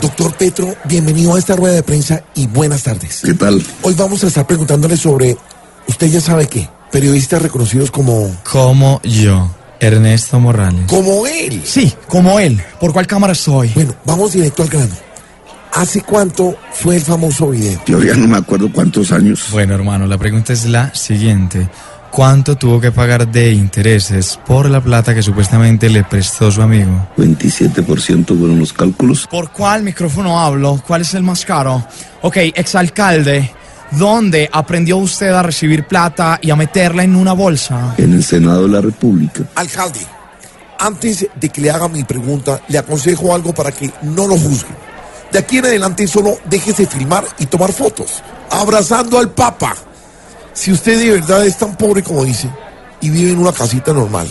Doctor Petro, bienvenido a esta rueda de prensa y buenas tardes. ¿Qué tal? Hoy vamos a estar preguntándole sobre, usted ya sabe qué, periodistas reconocidos como... Como yo, Ernesto Morales. Como él. Sí, como él. ¿Por cuál cámara soy? Bueno, vamos directo al grano. ¿Hace cuánto fue el famoso video? Yo ya no me acuerdo cuántos años. Bueno, hermano, la pregunta es la siguiente. ¿Cuánto tuvo que pagar de intereses por la plata que supuestamente le prestó su amigo? 27% fueron los cálculos. ¿Por cuál micrófono hablo? ¿Cuál es el más caro? Ok, exalcalde, ¿dónde aprendió usted a recibir plata y a meterla en una bolsa? En el Senado de la República. Alcalde, antes de que le haga mi pregunta, le aconsejo algo para que no lo juzguen. De aquí en adelante solo déjese filmar y tomar fotos, abrazando al Papa. Si usted de verdad es tan pobre como dice y vive en una casita normal,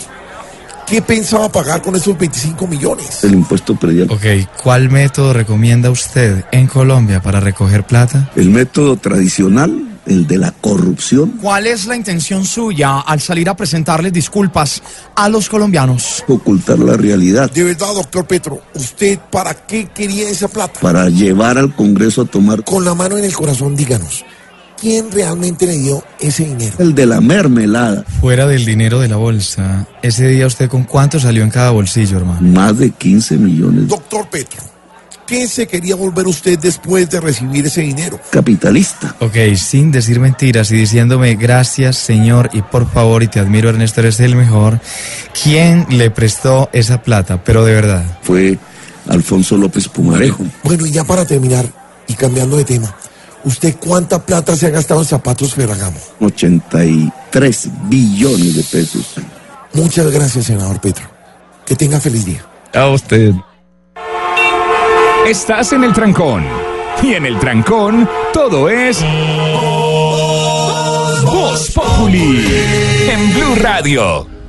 ¿qué pensaba pagar con esos 25 millones? El impuesto predial. Ok, ¿cuál método recomienda usted en Colombia para recoger plata? El método tradicional, el de la corrupción, ¿Cuál es la intención suya al salir a presentarles disculpas a los colombianos? ocultar la realidad De verdad, doctor Petro, ¿usted para qué quería esa plata? para llevar al Congreso a tomar Con la mano en el corazón, díganos, ¿quién realmente le dio ese dinero? el de la mermelada. Fuera del dinero de la bolsa, ese día usted con cuánto salió en cada bolsillo, hermano. Más de 15 millones de Doctor Petro, ¿qué se quería volver usted después de recibir ese dinero? capitalista. Ok, sin decir mentiras y diciéndome gracias Señor y por favor y te admiro Ernesto, eres el mejor. ¿Quién le prestó esa plata? Pero de verdad. Fue Alfonso López Pumarejo. Bueno, y ya para terminar y cambiando de tema, ¿usted cuánta plata se ha gastado en zapatos Ferragamo? 83 billones de pesos. Muchas gracias, senador Petro. Que tenga feliz día. A usted. Estás en el trancón. Y en el trancón, todo es. Voz Populi. En Blue Radio.